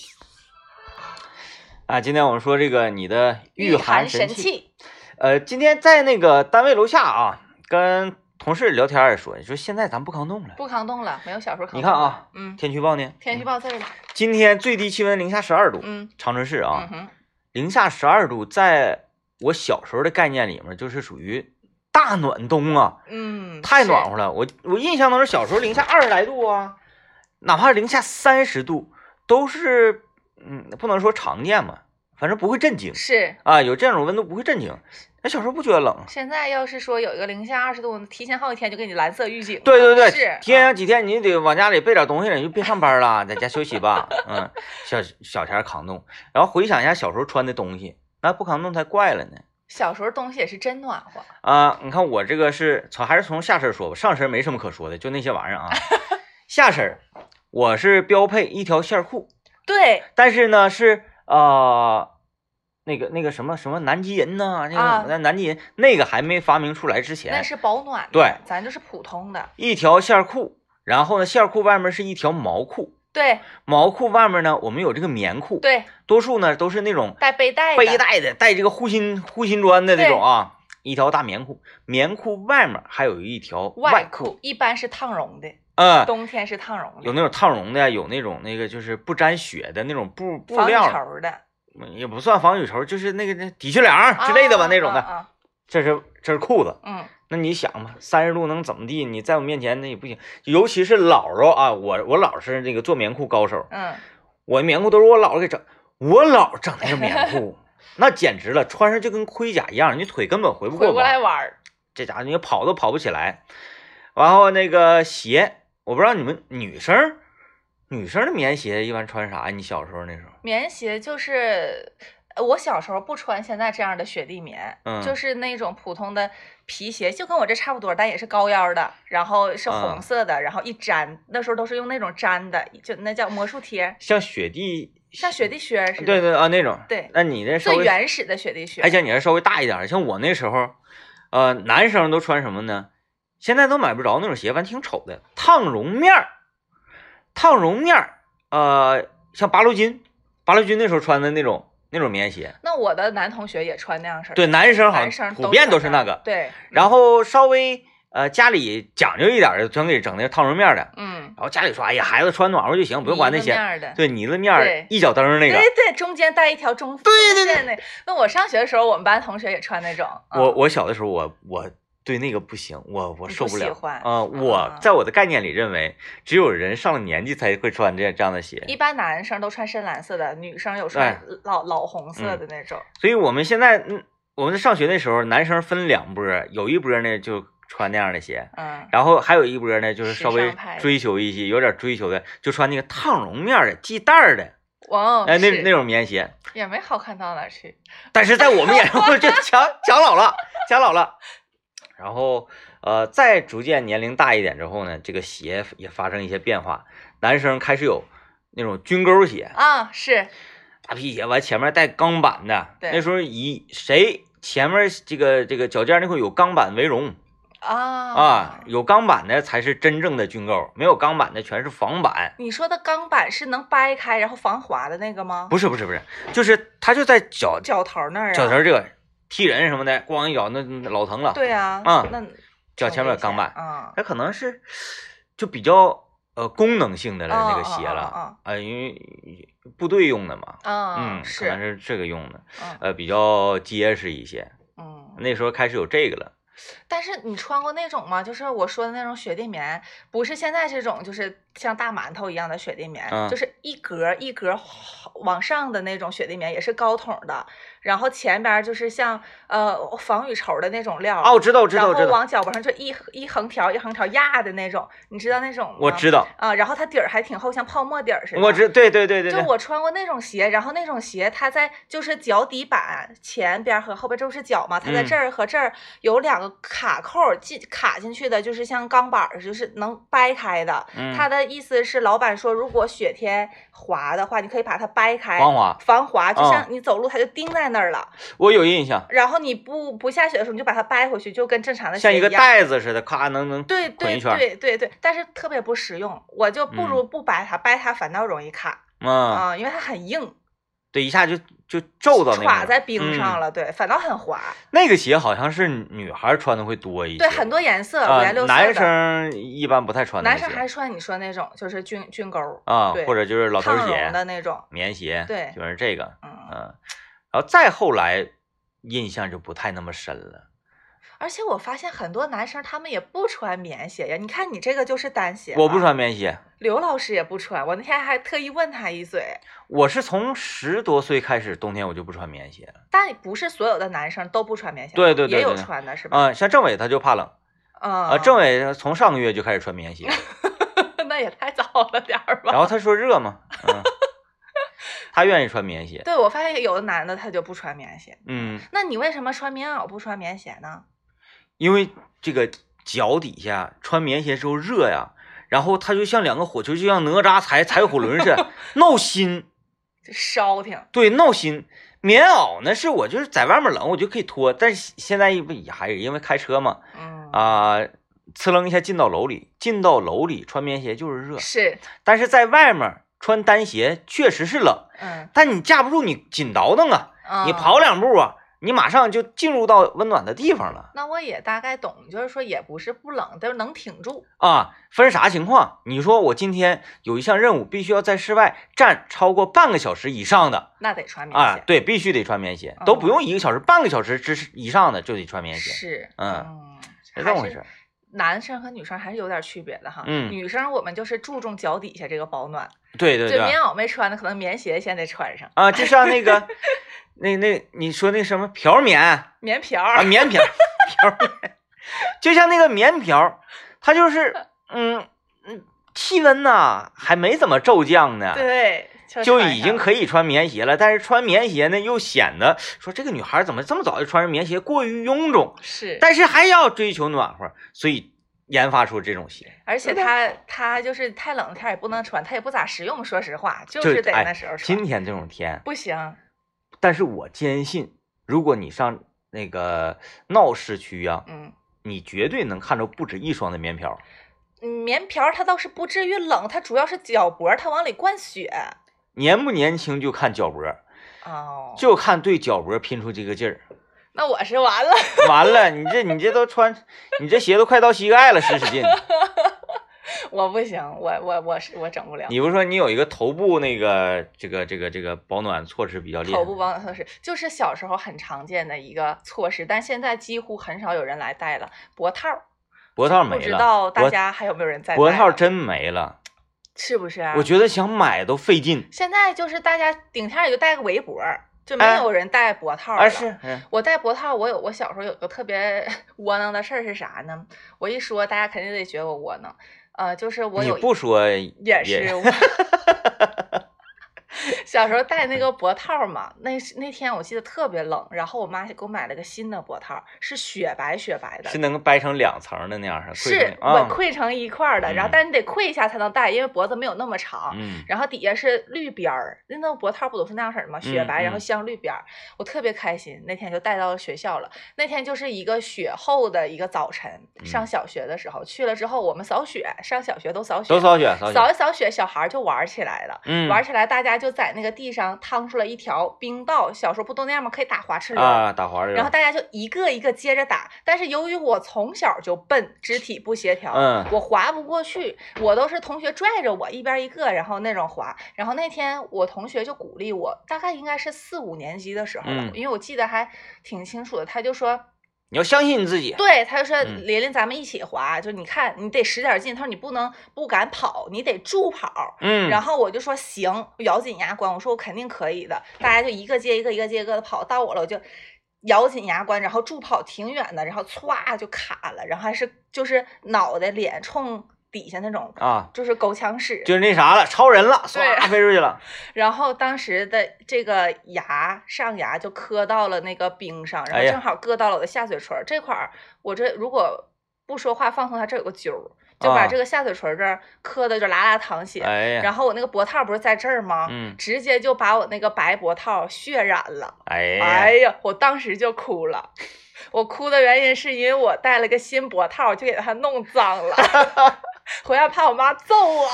Speaker 1: 啊，今天我们说这个你的
Speaker 2: 御
Speaker 1: 寒
Speaker 2: 神
Speaker 1: 器，
Speaker 2: 器，
Speaker 1: 呃，今天在那个单位楼下啊，跟同事聊天也说，说现在咱不抗冻了。
Speaker 2: 不抗冻了，没有小时候抗冻。
Speaker 1: 你看，啊，
Speaker 2: 嗯，
Speaker 1: 天气预报呢？
Speaker 2: 天气预报这儿了，
Speaker 1: 今天最低气温零下十二度，
Speaker 2: 嗯
Speaker 1: 长春市
Speaker 2: 嗯
Speaker 1: 啊，
Speaker 2: 哼，
Speaker 1: 零下十二度，在我小时候的概念里面就是属于大暖冬啊，
Speaker 2: 嗯，
Speaker 1: 太
Speaker 2: 是
Speaker 1: 暖和了。我我印象当中小时候零下二十来度啊，哪怕零下三十度都是，嗯，不能说常见嘛，反正不会震惊
Speaker 2: 是
Speaker 1: 啊，有这种温度不会震惊。那小时候不觉得冷。
Speaker 2: 现在要是说有一个零下二十度，提前好几天就给你蓝色预警了。
Speaker 1: 对对对，
Speaker 2: 是啊
Speaker 1: 提前几天你得往家里备点东西了，你就别上班了，在家休息吧。嗯，小小前儿扛冻，然后回想一下小时候穿的东西，那不扛冻才怪了呢。
Speaker 2: 小时候东西也是真暖和，
Speaker 1: 啊，你看我这个是从还是从下身说吧，上身没什么可说的，就那些玩意
Speaker 2: *laughs*
Speaker 1: 儿啊。下身我是标配一条线裤，
Speaker 2: 对
Speaker 1: 但是呢是呃那个那个什么什么南极银呐、那
Speaker 2: 啊
Speaker 1: 个南极银那个还没发明出来之
Speaker 2: 那
Speaker 1: 前，
Speaker 2: 是保暖的，
Speaker 1: 对，
Speaker 2: 咱就是普通的，
Speaker 1: 一条线裤，然后呢线裤外面是一条毛裤，
Speaker 2: 对
Speaker 1: 毛裤外面呢我们有这个棉裤，
Speaker 2: 对，
Speaker 1: 多数呢都是那种
Speaker 2: 带背带的，
Speaker 1: 背带的，带这个护心护心砖的这
Speaker 2: 对
Speaker 1: 种啊，一条大棉裤，棉裤外面还有一条
Speaker 2: 外
Speaker 1: 裤，
Speaker 2: 一般是烫绒的，
Speaker 1: 嗯、
Speaker 2: 冬天是烫绒
Speaker 1: 有那
Speaker 2: 的，
Speaker 1: 种烫绒的，有那种那个就是不沾雪的那种布布
Speaker 2: 防雨
Speaker 1: 料，嗯
Speaker 2: 绸的
Speaker 1: 也不算防雨绸，就是那个那底靴凉之类的吧、
Speaker 2: 啊
Speaker 1: 那种的。
Speaker 2: 啊啊
Speaker 1: 这是这是裤子，
Speaker 2: 嗯，
Speaker 1: 那你想吧，三十度能怎么地？你在我面前那也不行，尤其是姥姥啊，我我姥是那个做棉裤高手，
Speaker 2: 嗯，
Speaker 1: 我的棉裤都是我姥给整，我姥整那个棉裤， *laughs* 那简直了，穿上就跟盔甲一样，你腿根本回不
Speaker 2: 回
Speaker 1: 过
Speaker 2: 过来
Speaker 1: 弯，
Speaker 2: 玩儿，
Speaker 1: 这家伙你跑都跑不起来。然后那个鞋，我不知道你们女生，女生的棉鞋一般穿啥呀？你小时候那时候，
Speaker 2: 棉鞋就是。呃我小时候不穿现在这样的雪地棉，
Speaker 1: 嗯
Speaker 2: 就是那种普通的皮鞋，就跟我这差不多，但也是高腰的，然后是
Speaker 1: 啊
Speaker 2: 红色的，然后一粘，那时候都是用那种粘的，就那叫魔术贴，
Speaker 1: 像雪地，
Speaker 2: 像雪地靴似的。
Speaker 1: 对对啊那种，
Speaker 2: 对
Speaker 1: 那你那稍
Speaker 2: 最
Speaker 1: 微，
Speaker 2: 原始的雪地靴。
Speaker 1: 哎，像你这稍微大一点儿，像我那时候，呃，男生都穿什么呢？现在都买不着那种鞋，反正挺丑的，烫绒面儿，烫绒面儿，呃，像八路军，八路军那时候穿的那种那种棉鞋，
Speaker 2: 那我的男同学也穿那样式儿的，
Speaker 1: 对，男生好
Speaker 2: 男
Speaker 1: 像
Speaker 2: 生
Speaker 1: 普遍都是
Speaker 2: 穿
Speaker 1: 那个，
Speaker 2: 对，
Speaker 1: 然后稍微呃家里讲究一点儿的，专给整那烫绒面儿的，
Speaker 2: 嗯，
Speaker 1: 然后家里说，哎呀，孩子穿暖和就行，不用管那
Speaker 2: 泥子面
Speaker 1: 些，
Speaker 2: 儿的。
Speaker 1: 对，呢子面儿
Speaker 2: 对哎
Speaker 1: 一脚蹬儿那个。
Speaker 2: 对对，中间带一条中
Speaker 1: 对对
Speaker 2: 中线那。那我上学的时候，我们班同学也穿那种。嗯
Speaker 1: 我我小的时候我，我对那个不行，我我
Speaker 2: 你
Speaker 1: 受
Speaker 2: 不
Speaker 1: 了。
Speaker 2: 喜欢
Speaker 1: 呃我
Speaker 2: 啊
Speaker 1: 在我的概念里认为，只有人上了年纪才会穿这这样的鞋，
Speaker 2: 一般男生都穿深蓝色的，女生有
Speaker 1: 哎嗯
Speaker 2: 穿老老红色的那种。
Speaker 1: 所以我们现在，嗯，我们在上学那时候，男生分两波，有一波呢就穿那样的鞋，
Speaker 2: 嗯，
Speaker 1: 然后还有一波呢就是
Speaker 2: 时
Speaker 1: 稍微
Speaker 2: 尚派的
Speaker 1: 追求一些，有点追求的，就穿那个烫绒面儿的系带儿的，
Speaker 2: 哇哦，
Speaker 1: 哎，那
Speaker 2: 是
Speaker 1: 那种棉鞋。
Speaker 2: 也没好看到哪儿去。
Speaker 1: 但是在我们
Speaker 2: *laughs*
Speaker 1: 眼中，我觉得强强老了，强老了。然后，呃，再逐渐年龄大一点之后呢，这个鞋也发生一些变化。男生开始有那种军钩鞋、
Speaker 2: 啊，是
Speaker 1: 大皮鞋，完前面带钢板的。
Speaker 2: 对
Speaker 1: 那时候以谁前面这个这个脚尖那块有钢板为荣
Speaker 2: 啊
Speaker 1: 啊，。有钢板的才是真正的军钩，没有钢板的全是仿板。
Speaker 2: 你说的钢板是能掰开然后防滑的那个吗？
Speaker 1: 不是不是不是，就是他就在脚
Speaker 2: 脚头那儿啊。
Speaker 1: 脚头这个踢人什么的，咣一脚那那老疼了。
Speaker 2: 对啊，
Speaker 1: 啊
Speaker 2: 那
Speaker 1: 脚前面有钢板
Speaker 2: 哦啊，
Speaker 1: 它可能是就比较呃功能性的了那个鞋了
Speaker 2: 啊啊
Speaker 1: 啊、因为部队用的嘛，
Speaker 2: 啊
Speaker 1: 嗯，可能是
Speaker 2: 是，
Speaker 1: 这个用的，
Speaker 2: 嗯
Speaker 1: 呃，比较结实一些。
Speaker 2: 嗯。
Speaker 1: 那时候开始有这个了，
Speaker 2: 但是你穿过那种吗？就是我说的那种雪地棉，不是现在这种，就是像大馒头一样的雪地棉，
Speaker 1: 嗯
Speaker 2: 就是一格一格往上的那种雪地棉，也是高筒的，然后前边就是像呃防雨绸的那种料，
Speaker 1: 哦，我知道，我知
Speaker 2: 然
Speaker 1: 道，
Speaker 2: 后
Speaker 1: 我知道，
Speaker 2: 往脚脖上就一一横条一横条压的那种，你知道那种吗？
Speaker 1: 我知道，
Speaker 2: 啊，然后它底儿还挺厚，像泡沫底儿似的。
Speaker 1: 我知，对对对对
Speaker 2: 就
Speaker 1: 对，
Speaker 2: 我穿过那种鞋，然后那种鞋它在就是脚底板前边儿和后边，这不是脚嘛？它在
Speaker 1: 嗯
Speaker 2: 这儿和这儿有两个卡扣儿进卡进去的，就是像钢板儿，就是能掰开的。
Speaker 1: 嗯，
Speaker 2: 他的意思是，老板说，如果雪天滑的话，你可以把它掰开，
Speaker 1: 防滑，
Speaker 2: 防滑，就
Speaker 1: 嗯
Speaker 2: 像你走路它就钉在那儿了。
Speaker 1: 我有印象，
Speaker 2: 然后你不不下雪的时候，你就把它掰回去，就跟正常的
Speaker 1: 像
Speaker 2: 鞋
Speaker 1: 一个
Speaker 2: 样。
Speaker 1: 袋子似的，咔，能能
Speaker 2: 对
Speaker 1: 捆一
Speaker 2: 对
Speaker 1: 圈儿，
Speaker 2: 对对对，但是特别不实用，我就不如不掰它，掰它反倒容易卡
Speaker 1: 嗯，
Speaker 2: 啊、因为它很硬。
Speaker 1: 对，一下就就皱到那
Speaker 2: 歘
Speaker 1: 个
Speaker 2: 在冰上
Speaker 1: 了、
Speaker 2: 了，对，反倒很滑。
Speaker 1: 嗯那个鞋好像是女孩穿的会多一些，
Speaker 2: 对，很多颜色，五
Speaker 1: 啊
Speaker 2: 颜，六色
Speaker 1: 男
Speaker 2: 的。
Speaker 1: 生一般不太穿那
Speaker 2: 男
Speaker 1: 个鞋。
Speaker 2: 生还是穿你说那种，就是军军钩儿
Speaker 1: 啊，
Speaker 2: 对
Speaker 1: 或者就是老头
Speaker 2: 烫绒
Speaker 1: 鞋、
Speaker 2: 的那种，
Speaker 1: 棉鞋，
Speaker 2: 对
Speaker 1: 就是这个，
Speaker 2: 嗯。
Speaker 1: 嗯，然后再后来印象就不太那么深了。
Speaker 2: 而且我发现很多男生他们也不穿棉鞋呀，你看你这个就是单鞋，
Speaker 1: 我不，穿棉鞋，
Speaker 2: 刘老师也不穿，我那天还特意问他一嘴，
Speaker 1: 我是从十多岁开始，冬天我就不穿棉鞋了。
Speaker 2: 但不是所有的男生都不穿棉鞋，
Speaker 1: 对对对
Speaker 2: 也有
Speaker 1: 对
Speaker 2: 穿的是吧？
Speaker 1: 啊、像政委他就怕冷
Speaker 2: 啊
Speaker 1: 啊，政委从上个月就开始穿棉
Speaker 2: *laughs*
Speaker 1: 鞋，
Speaker 2: 嗯那也太早了点儿吧？
Speaker 1: 然后他说热嘛，
Speaker 2: *laughs*
Speaker 1: 嗯，他愿意穿棉鞋，
Speaker 2: 对，我发现有的男的他就不穿棉鞋，
Speaker 1: 嗯，
Speaker 2: 那你为什么穿棉袄不穿棉鞋呢？
Speaker 1: 因为这个脚底下穿棉鞋之后热呀，然后他就像两个火球，就像哪吒踩踩火轮似的， *laughs* 闹心。
Speaker 2: 就烧挺，
Speaker 1: 对，闹心。棉袄呢，是我就是在外面冷，我就可以脱，但是现在不也还是因为开车嘛，
Speaker 2: 嗯，
Speaker 1: 啊、呲楞一下进到楼里，进到楼里穿棉鞋就是热，
Speaker 2: 是，
Speaker 1: 但是在外面穿单鞋确实是冷，
Speaker 2: 嗯，
Speaker 1: 但你架不住你紧倒腾啊，你
Speaker 2: 嗯
Speaker 1: 跑两步啊，你马上就进入到温暖的地方了
Speaker 2: 那我也大概懂，就是说也不是不冷，但是能挺住。
Speaker 1: 啊。分啥情况？你说我今天有一项任务，必须要在室外站超过半个小时以上的，
Speaker 2: 那得穿棉
Speaker 1: 啊
Speaker 2: 鞋，，啊
Speaker 1: 对，必须得穿棉鞋，都不用一个小时，半个小时之以上的就得穿棉鞋，
Speaker 2: 是，
Speaker 1: 嗯
Speaker 2: 嗯，
Speaker 1: 是
Speaker 2: 还
Speaker 1: 这么回
Speaker 2: 是
Speaker 1: 事。
Speaker 2: 男生和女生还是有点区别的哈。
Speaker 1: 嗯
Speaker 2: 女生我们就是注重脚底下这个保暖，
Speaker 1: 对对啊
Speaker 2: 这棉
Speaker 1: 对，
Speaker 2: 袄没穿的，可能棉鞋先得穿上，
Speaker 1: 啊，就像那个，那那你说那什么瓢棉啊，
Speaker 2: 棉瓢儿。
Speaker 1: 棉瓢瓢棉，就像那个棉瓢，它就是嗯嗯，气温呐、还没怎么骤降呢。 *laughs*
Speaker 2: 对，
Speaker 1: 就
Speaker 2: 穿
Speaker 1: 已
Speaker 2: 上
Speaker 1: 经可以穿棉鞋了，但是穿棉鞋呢，又显得说这个女孩怎么这么早就穿上棉鞋，过于臃肿，
Speaker 2: 是，
Speaker 1: 但是还要追求暖和，所以研发出这种鞋。
Speaker 2: 而且它它就是太冷的天儿也不能穿，它也不咋实用。说实话，就是得
Speaker 1: 哎
Speaker 2: 那时候穿
Speaker 1: 今，天这种天，
Speaker 2: 不行。
Speaker 1: 但是我坚信，如果你上那个闹市区呀、
Speaker 2: 嗯，
Speaker 1: 你绝对能看着不止一双的棉瓢。
Speaker 2: 嗯棉瓢儿它倒是不至于冷，它主要是脚脖儿它往里灌雪。
Speaker 1: 年不年轻就看脚脖，
Speaker 2: 哦，
Speaker 1: 就看对脚脖拼出这个劲儿。
Speaker 2: 那我是完了。 *laughs*
Speaker 1: 完了，你这你这都穿，你这鞋都快到膝盖了，使使劲。
Speaker 2: 我不行，我我我是我整不了。
Speaker 1: 你不是说你有一个头部那个这个这个这个保暖措施比较厉害？
Speaker 2: 头部保暖措施就是小时候很常见的一个措施，但现在几乎很少有人来戴了。脖套儿，
Speaker 1: 脖套没
Speaker 2: 不知
Speaker 1: 了，
Speaker 2: 道大
Speaker 1: 脖
Speaker 2: 家还有没有人在戴
Speaker 1: 脖套
Speaker 2: 了
Speaker 1: 真没了，
Speaker 2: 是不是、啊？
Speaker 1: 我觉得想买都费劲。
Speaker 2: 现在就是大家顶天儿也就戴个围脖儿，就没
Speaker 1: 哎
Speaker 2: 有人戴脖套儿了。
Speaker 1: 啊是，嗯
Speaker 2: 我戴脖套儿，我有我小时候有个特别 *laughs* 窝囊的事儿是啥呢？我一说大家肯定得觉得我窝囊，呃，就是我
Speaker 1: 你
Speaker 2: 有一
Speaker 1: 不说
Speaker 2: 也是我。 *laughs* 小时候
Speaker 1: *laughs*
Speaker 2: 戴那个脖套嘛，那是那天我记得特别冷，然后我妈给我买了个新的脖套，是雪白雪白的
Speaker 1: 是，能掰成两层的那样儿是
Speaker 2: 是
Speaker 1: 溃
Speaker 2: 我
Speaker 1: 啊，
Speaker 2: 溃成一块儿的，然后
Speaker 1: 嗯
Speaker 2: 但是你得溃一下才能戴，因为脖子没有那么长。
Speaker 1: 嗯，
Speaker 2: 然后底下是绿边儿，那那脖套不都是那样式儿的吗？雪
Speaker 1: 嗯
Speaker 2: 白，然后
Speaker 1: 嗯
Speaker 2: 镶绿边儿，我特别开心。那天就带到学校了。那天就是一个雪后的一个早晨，上
Speaker 1: 嗯
Speaker 2: 小学的时候去了之后，我们扫雪，上小学都扫雪，
Speaker 1: 都扫雪，扫雪，
Speaker 2: 扫一扫雪，小孩儿就玩儿起来了。
Speaker 1: 嗯，
Speaker 2: 玩起来，大家就在那个地上趟出了一条冰道。小时候不都那样吗？可以打滑哧溜。
Speaker 1: 啊，打滑溜，
Speaker 2: 然后大家就一个一个接着打，但是由于我从小就笨，肢体不协调，
Speaker 1: 嗯
Speaker 2: 我滑不过去，我都是同学拽着我一边一个，然后那种滑。然后那天我同学就鼓励我，大概应该是四五年级的时候了，
Speaker 1: 嗯
Speaker 2: 因为我记得还挺清楚的，他就说。
Speaker 1: 你要相信你自己，
Speaker 2: 对，他就说
Speaker 1: 嗯
Speaker 2: 琳琳，咱们一起滑，就你看，你得使点劲。他说你不能不敢跑，你得助跑。
Speaker 1: 嗯，
Speaker 2: 然后我就说行，我咬紧牙关，我说我肯定可以的。大家就一个接一个，一个接一个的跑，到我了我就咬紧牙关，然后助跑挺远的，然后歘就卡了，然后还是就是脑袋脸冲底下那种，
Speaker 1: 啊，
Speaker 2: 就是狗抢屎。
Speaker 1: 就是那啥了，超人了，
Speaker 2: 对
Speaker 1: 唰飞出去了，
Speaker 2: 然后当时的这个牙上牙就磕到了那个冰上，然
Speaker 1: 哎
Speaker 2: 后
Speaker 1: 呀
Speaker 2: 正好硌到了我的下嘴唇、儿这块儿。我这如果不说话放松，它这有个揪儿，就
Speaker 1: 啊
Speaker 2: 把这个下嘴唇儿这儿磕的就拉拉淌血。
Speaker 1: 哎呀，
Speaker 2: 然后我那个脖套不是在这儿吗？
Speaker 1: 嗯，
Speaker 2: 直接就把我那个白脖套血染了。
Speaker 1: 哎
Speaker 2: 哎
Speaker 1: 呀，
Speaker 2: 呀，我当时就哭了。我哭的原因是因为我戴了个新脖 *laughs* 套，就给它弄脏了，回来怕我妈揍我。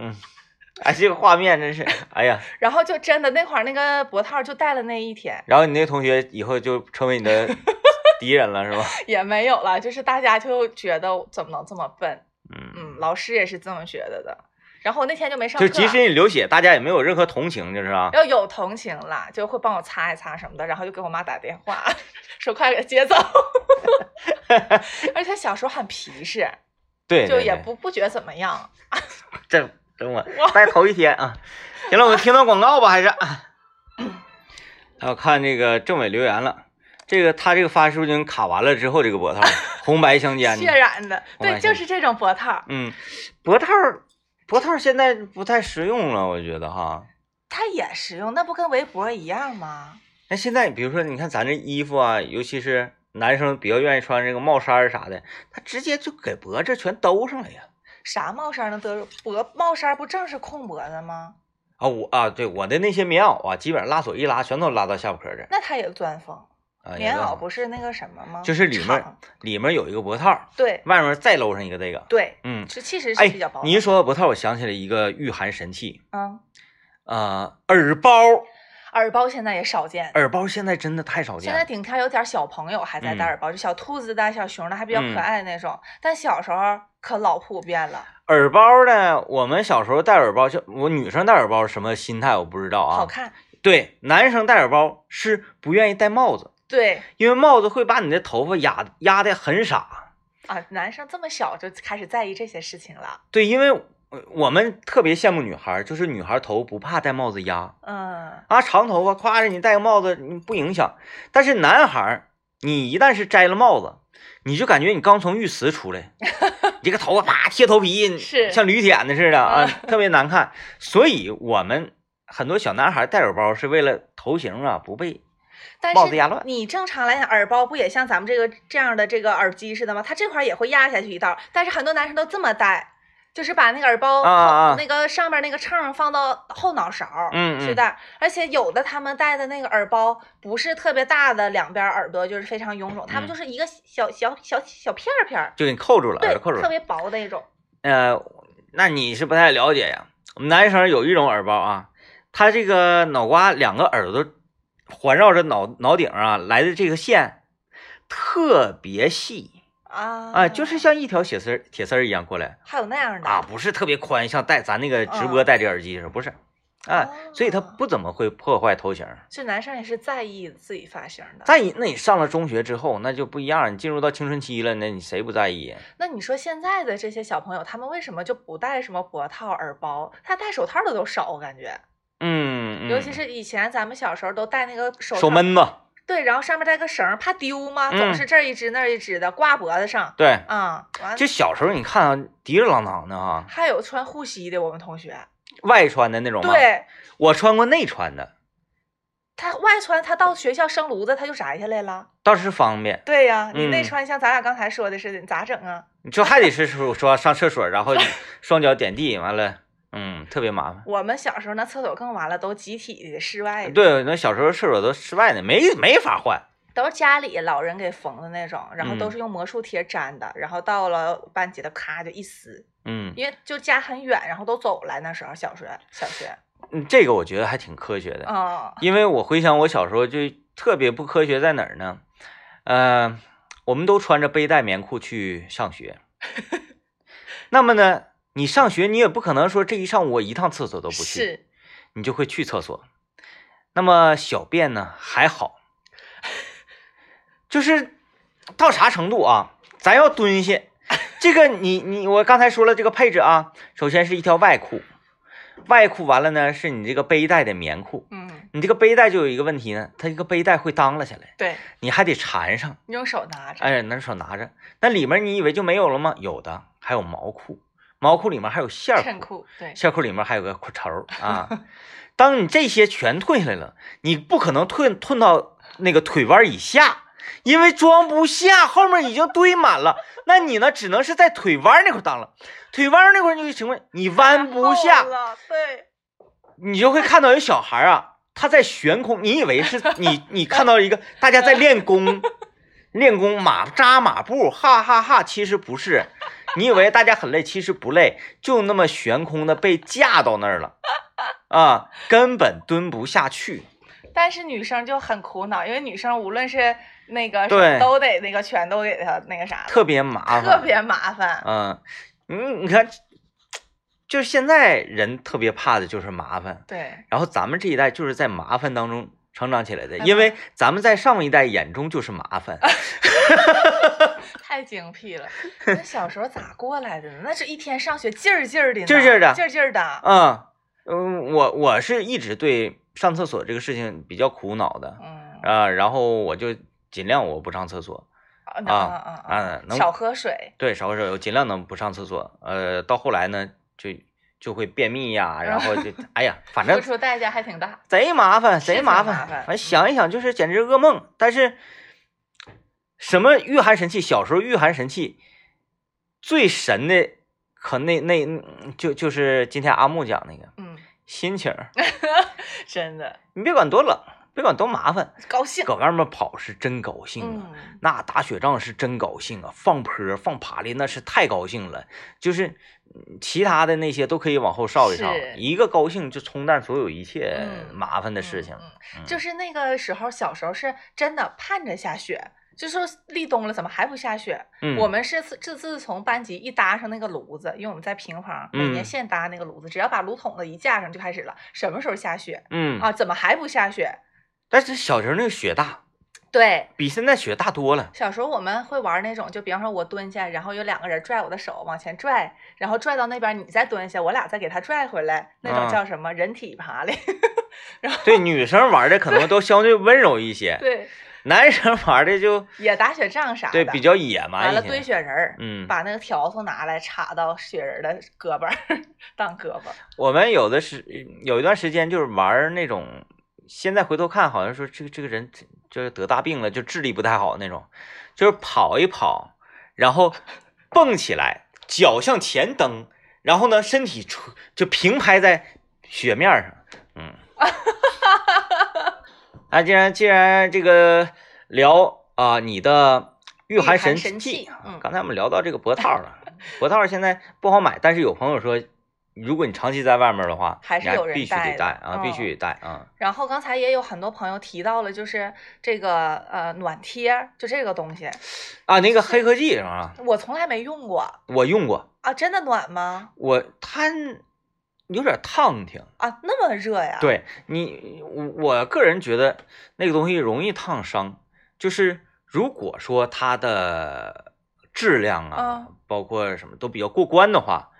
Speaker 1: 嗯，哎，这个画面真是，哎
Speaker 2: *laughs*
Speaker 1: 呀！
Speaker 2: 然后就真的那会儿那个脖套就戴了那一天，
Speaker 1: 然后你那个同学以后就成为你
Speaker 2: *laughs*
Speaker 1: 的敌人了，是吧？嗯
Speaker 2: 也没有了，就是大家就觉得怎么能这么笨？
Speaker 1: 嗯，
Speaker 2: 嗯，老师也是这么觉得的。然后我那天就没上课
Speaker 1: 就
Speaker 2: 啊，
Speaker 1: 即使你流血，大家也没有任何同情，就是啊。
Speaker 2: 要有同情啦，就会帮我擦一擦什么的，然后就给我妈打电话， *laughs* 说快给接走。 *laughs* 而且小时候很皮实，
Speaker 1: 对，
Speaker 2: 就
Speaker 1: 对
Speaker 2: 也
Speaker 1: 对
Speaker 2: 不不觉得怎么样。
Speaker 1: 这等我待头一天啊。行了，我们听到广告吧，还是。还有看这个政委留言了，这个他这个发数经卡完了之后，这个脖
Speaker 2: *laughs*
Speaker 1: 套红白相间
Speaker 2: 血
Speaker 1: 的，
Speaker 2: 染的，
Speaker 1: 啊我
Speaker 2: 对，
Speaker 1: 发
Speaker 2: 就
Speaker 1: 现
Speaker 2: 是这种脖套，
Speaker 1: 嗯，脖套脖套现在不太实用了，我觉得哈。
Speaker 2: 它也实用，那不跟围脖一样吗？
Speaker 1: 那现在比如说你看咱这衣服啊，尤其是男生比较愿意穿这个帽衫儿啥的，他直接就给脖子全兜上了呀。
Speaker 2: 啥帽衫能得脖帽衫不正是空脖子吗？
Speaker 1: 啊，我啊，对我的那些棉袄啊，基本上拉锁一拉，全都拉到下巴颏儿这儿
Speaker 2: 那它也钻风，
Speaker 1: 啊。
Speaker 2: 棉
Speaker 1: 也
Speaker 2: 袄不是那个什么吗？
Speaker 1: 就是里面
Speaker 2: 长
Speaker 1: 里面有一个脖套，
Speaker 2: 对
Speaker 1: 外面再搂上一个这个。
Speaker 2: 对，
Speaker 1: 嗯，
Speaker 2: 是其实是
Speaker 1: 哎
Speaker 2: 比较薄，的。
Speaker 1: 你一说到脖套，我想起来一个御寒神器，
Speaker 2: 嗯，
Speaker 1: 呃，耳包。
Speaker 2: 耳包现在也少见，
Speaker 1: 耳包现在真的太少见
Speaker 2: 现在
Speaker 1: 了。
Speaker 2: 顶天有点小朋友还在戴
Speaker 1: 嗯
Speaker 2: 耳包，就小兔子戴、小熊的，还比较可
Speaker 1: 嗯
Speaker 2: 爱那种。但小时候可老普遍了，
Speaker 1: 耳包呢，我们小时候戴耳包，就我女生戴耳包是什么心态我不知道啊。
Speaker 2: 好。看。
Speaker 1: 对，男生戴耳包是不愿意戴帽子，
Speaker 2: 对
Speaker 1: 因为帽子会把你的头发压压得很傻。
Speaker 2: 啊，男生这么小就开始在意这些事情了。
Speaker 1: 对，因为呃我们特别羡慕女孩儿，就是女孩儿头不怕戴帽子压。
Speaker 2: 嗯，
Speaker 1: 啊，长头发，夸着你戴个帽子，你不影响。但是男孩儿，你一旦是摘了帽子，你就感觉你刚从浴池出
Speaker 2: *laughs*
Speaker 1: 来，你这个头发啪贴头皮，
Speaker 2: 是嗯
Speaker 1: 像驴舔的似的啊，特别难看。所以我们很多小男孩戴耳包是为了头型啊不被
Speaker 2: 但
Speaker 1: 帽子压乱
Speaker 2: 是你正常来讲，耳包不也像咱们这个这样的这个耳机似的吗？它这块儿也会压下去一道，但是很多男生都这么戴，就是把那个耳包
Speaker 1: 啊啊
Speaker 2: 哦后那个上面那个秤放到后脑勺，
Speaker 1: 嗯嗯
Speaker 2: 去戴。而且有的他们戴的那个耳包不是特别大的，两边耳朵就是非常臃肿，他
Speaker 1: 嗯
Speaker 2: 们就是一个小小小小片儿片儿，
Speaker 1: 就给你扣住了，耳哎
Speaker 2: 对
Speaker 1: 朵，扣住
Speaker 2: 特
Speaker 1: 了。
Speaker 2: 别薄的那种。
Speaker 1: 呃，那你是不太了解呀。我们男生有一种耳包啊，它这个脑瓜两个耳朵环绕着脑脑顶啊来的这个线特别细。
Speaker 2: 啊
Speaker 1: 啊，就是像一条铁丝儿铁丝儿一样过来
Speaker 2: 还有那样的
Speaker 1: 啊，不是特别宽，像戴咱那个直播戴这耳机似的，不是，啊，所以它
Speaker 2: 哦
Speaker 1: 不怎么会破坏头型儿。
Speaker 2: 就男生也是在意自己发型的。
Speaker 1: 在你那你上了中学之后，那就不一样，你进入到青春期了，那你谁不在意？
Speaker 2: 那你说现在的这些小朋友，他们为什么就不戴什么脖套、耳包？他戴手套的都少，我感觉，
Speaker 1: 嗯，嗯
Speaker 2: 尤其是以前咱们小时候都戴那个手
Speaker 1: 手
Speaker 2: 套，
Speaker 1: 闷子，
Speaker 2: 对，然后上面带个绳儿，怕丢吗？总
Speaker 1: 嗯
Speaker 2: 是这儿一只那儿一只的挂脖子上
Speaker 1: 对，
Speaker 2: 啊。完、
Speaker 1: 就小时候你看啊，滴了啷当的啊，
Speaker 2: 还有穿护膝的，我们同学，
Speaker 1: 外穿的那种吗？，
Speaker 2: 对
Speaker 1: 我穿过内穿的，
Speaker 2: 他外穿，他到学校生炉子，他就摘下来了。
Speaker 1: 倒是方便，
Speaker 2: 对呀、你内
Speaker 1: 嗯
Speaker 2: 穿像咱俩刚才说的似的，你咋整啊？
Speaker 1: 你就还得是说说上厕所，然
Speaker 2: *laughs*
Speaker 1: 后双脚点地，完了，嗯，特别麻烦。
Speaker 2: 我们小时候那厕所更完了，都集体的室外的。
Speaker 1: 对，那小时候厕所都室外的，没没法换。
Speaker 2: 都是家里老人给缝的那种，然后都
Speaker 1: 嗯
Speaker 2: 是用魔术贴粘的，然后到了班级的咔就一撕，
Speaker 1: 嗯，
Speaker 2: 因为就家很远，然后都走了。那时候小学，小学，
Speaker 1: 嗯这个我觉得还挺科学的，
Speaker 2: 嗯
Speaker 1: 因为我回想我小时候就特别不科学在哪儿呢？呃，我们都穿着背带棉裤去上
Speaker 2: *laughs*
Speaker 1: 学，那么呢，你上学你也不可能说这一上午我一趟厕所都不去，
Speaker 2: 是
Speaker 1: 你就会去厕所。那么小便呢还好，就是到啥程度啊？咱要蹲下，这个你你我刚才说了这个配置啊，首先是一条外裤，外裤完了呢是你这个背带的棉裤，
Speaker 2: 嗯，
Speaker 1: 你这个背带就有一个问题呢，它这个背带会当了下来，
Speaker 2: 对，
Speaker 1: 你还得缠上，
Speaker 2: 你用手拿着，
Speaker 1: 哎，拿手拿着，那里面你以为就没有了吗？有的，还有毛裤，毛裤里面还有线儿
Speaker 2: 衬
Speaker 1: 裤，
Speaker 2: 裤，对，
Speaker 1: 线裤里面还有个裤头儿啊。当你这些全退下来了，你不可能退退到那个腿弯以下，因为装不下，后面已经堆满了。那你呢，只能是在腿弯那块儿当了。腿弯那块儿你就情况，你弯不
Speaker 2: 太
Speaker 1: 下
Speaker 2: 厚，了，对，
Speaker 1: 你就会看到有小孩儿啊，他在悬空，你以为
Speaker 2: *laughs*
Speaker 1: 是你，你看到一个大家在练功，练功马扎马步，哈哈哈其实不是，你以为大家很累，其实不累，就那么悬空的被架到那儿了，啊，根本蹲不下去。
Speaker 2: 但是女生就很苦恼，因为女生无论是那个
Speaker 1: 对
Speaker 2: 都得那个全都给她那个啥的，
Speaker 1: 特别麻烦，
Speaker 2: 特别麻烦。
Speaker 1: 嗯，你你看，就是现在人特别怕的就是麻烦，
Speaker 2: 对，
Speaker 1: 然后咱们这一代就是在麻烦当中成长起来的，
Speaker 2: 哎
Speaker 1: 因为咱们在上一代眼中就是麻烦，
Speaker 2: *laughs* 太精辟了。那小时候咋过来的呢？那是一天上学劲儿劲儿的呢，
Speaker 1: 劲儿劲儿的
Speaker 2: 劲儿劲儿的。
Speaker 1: 嗯嗯，我我是一直对上厕所这个事情比较苦恼的
Speaker 2: 嗯
Speaker 1: 啊、然后我就尽量我不上厕所，
Speaker 2: 啊那啊啊
Speaker 1: 啊能
Speaker 2: 少喝水。
Speaker 1: 对，少喝水，我尽量能不上厕所，呃，到后来呢就就会便秘呀，然后就哎呀，反正
Speaker 2: 付嗯出代价还挺大。
Speaker 1: 贼麻烦，贼
Speaker 2: 挺
Speaker 1: 麻
Speaker 2: 麻
Speaker 1: 烦
Speaker 2: 烦。嗯
Speaker 1: 反正想一想，就是简直噩梦。但是，什么御寒神器？小时候御寒神器最神的，可那那嗯就就是今天阿木讲那个
Speaker 2: 嗯，
Speaker 1: 心情儿，
Speaker 2: 真的
Speaker 1: 你别管多冷，别管多麻烦，
Speaker 2: 高兴。
Speaker 1: 搁外面跑是真高兴啊。
Speaker 2: 嗯，
Speaker 1: 那打雪仗是真高兴啊，放坡放爬犁那是太高兴了，就是嗯其他的那些都可以往后稍一稍
Speaker 2: 是，
Speaker 1: 一个高兴就冲淡所有一切
Speaker 2: 嗯
Speaker 1: 麻烦的事情。
Speaker 2: 嗯
Speaker 1: 嗯
Speaker 2: 就是那个时候，小时候是真的盼着下雪，就说立冬了，怎么还不下雪？
Speaker 1: 嗯，
Speaker 2: 我们是自自自从班级一搭上那个炉子，因为我们在平房，每
Speaker 1: 嗯
Speaker 2: 年现搭那个炉子，只要把炉筒子一架上就开始了，什么时候下雪
Speaker 1: 嗯
Speaker 2: 啊？怎么还不下雪？
Speaker 1: 但是小时候那个雪大，
Speaker 2: 对，
Speaker 1: 比现在雪大多了。
Speaker 2: 小时候我们会玩那种，就比方说我蹲下，然后有两个人拽我的手往前拽，然后拽到那边你再蹲下，我俩再给他拽回来，那
Speaker 1: 啊
Speaker 2: 种叫什么人体爬
Speaker 1: *laughs*
Speaker 2: 犁？
Speaker 1: 对，女生玩的可能都相对温柔一些，
Speaker 2: 对，
Speaker 1: 男生玩的就
Speaker 2: 也打雪仗啥的。
Speaker 1: 对比较野蛮
Speaker 2: 完了
Speaker 1: 一
Speaker 2: 堆
Speaker 1: 些。
Speaker 2: 雪人儿，
Speaker 1: 嗯，
Speaker 2: 把那个笤帚拿来插到雪人儿的胳膊儿 *laughs* 当胳膊。
Speaker 1: 我们有的是有一段时间就是玩那种，现在回头看好像说这个这个人就是得大病了，就智力不太好那种，就是跑一跑，然后蹦起来，脚向前蹬，然后呢身体出就平拍在雪面上，嗯，啊，既然既然这个聊啊、你的御寒神
Speaker 2: 御寒神器
Speaker 1: 啊
Speaker 2: 嗯
Speaker 1: 刚才我们聊到这个脖套
Speaker 2: *laughs*
Speaker 1: 了，脖套现在不好买，但是有朋友说，如果你长期在外面的话，
Speaker 2: 还是
Speaker 1: 你
Speaker 2: 有人
Speaker 1: 必须得
Speaker 2: 戴的
Speaker 1: 戴啊，
Speaker 2: 嗯
Speaker 1: 必须得戴啊，
Speaker 2: 然后刚才也有很多朋友提到了，就是这个呃暖贴儿，就这个东西，
Speaker 1: 啊，那个黑科技是吧？
Speaker 2: 我从来没用过
Speaker 1: 我用过，
Speaker 2: 啊，真的暖吗？
Speaker 1: 我它有点烫挺，
Speaker 2: 啊，那么热呀？，
Speaker 1: 对你，我我个人觉得那个东西容易烫伤，就是如果说它的质量啊，
Speaker 2: 嗯
Speaker 1: 包括什么都比较过关的话，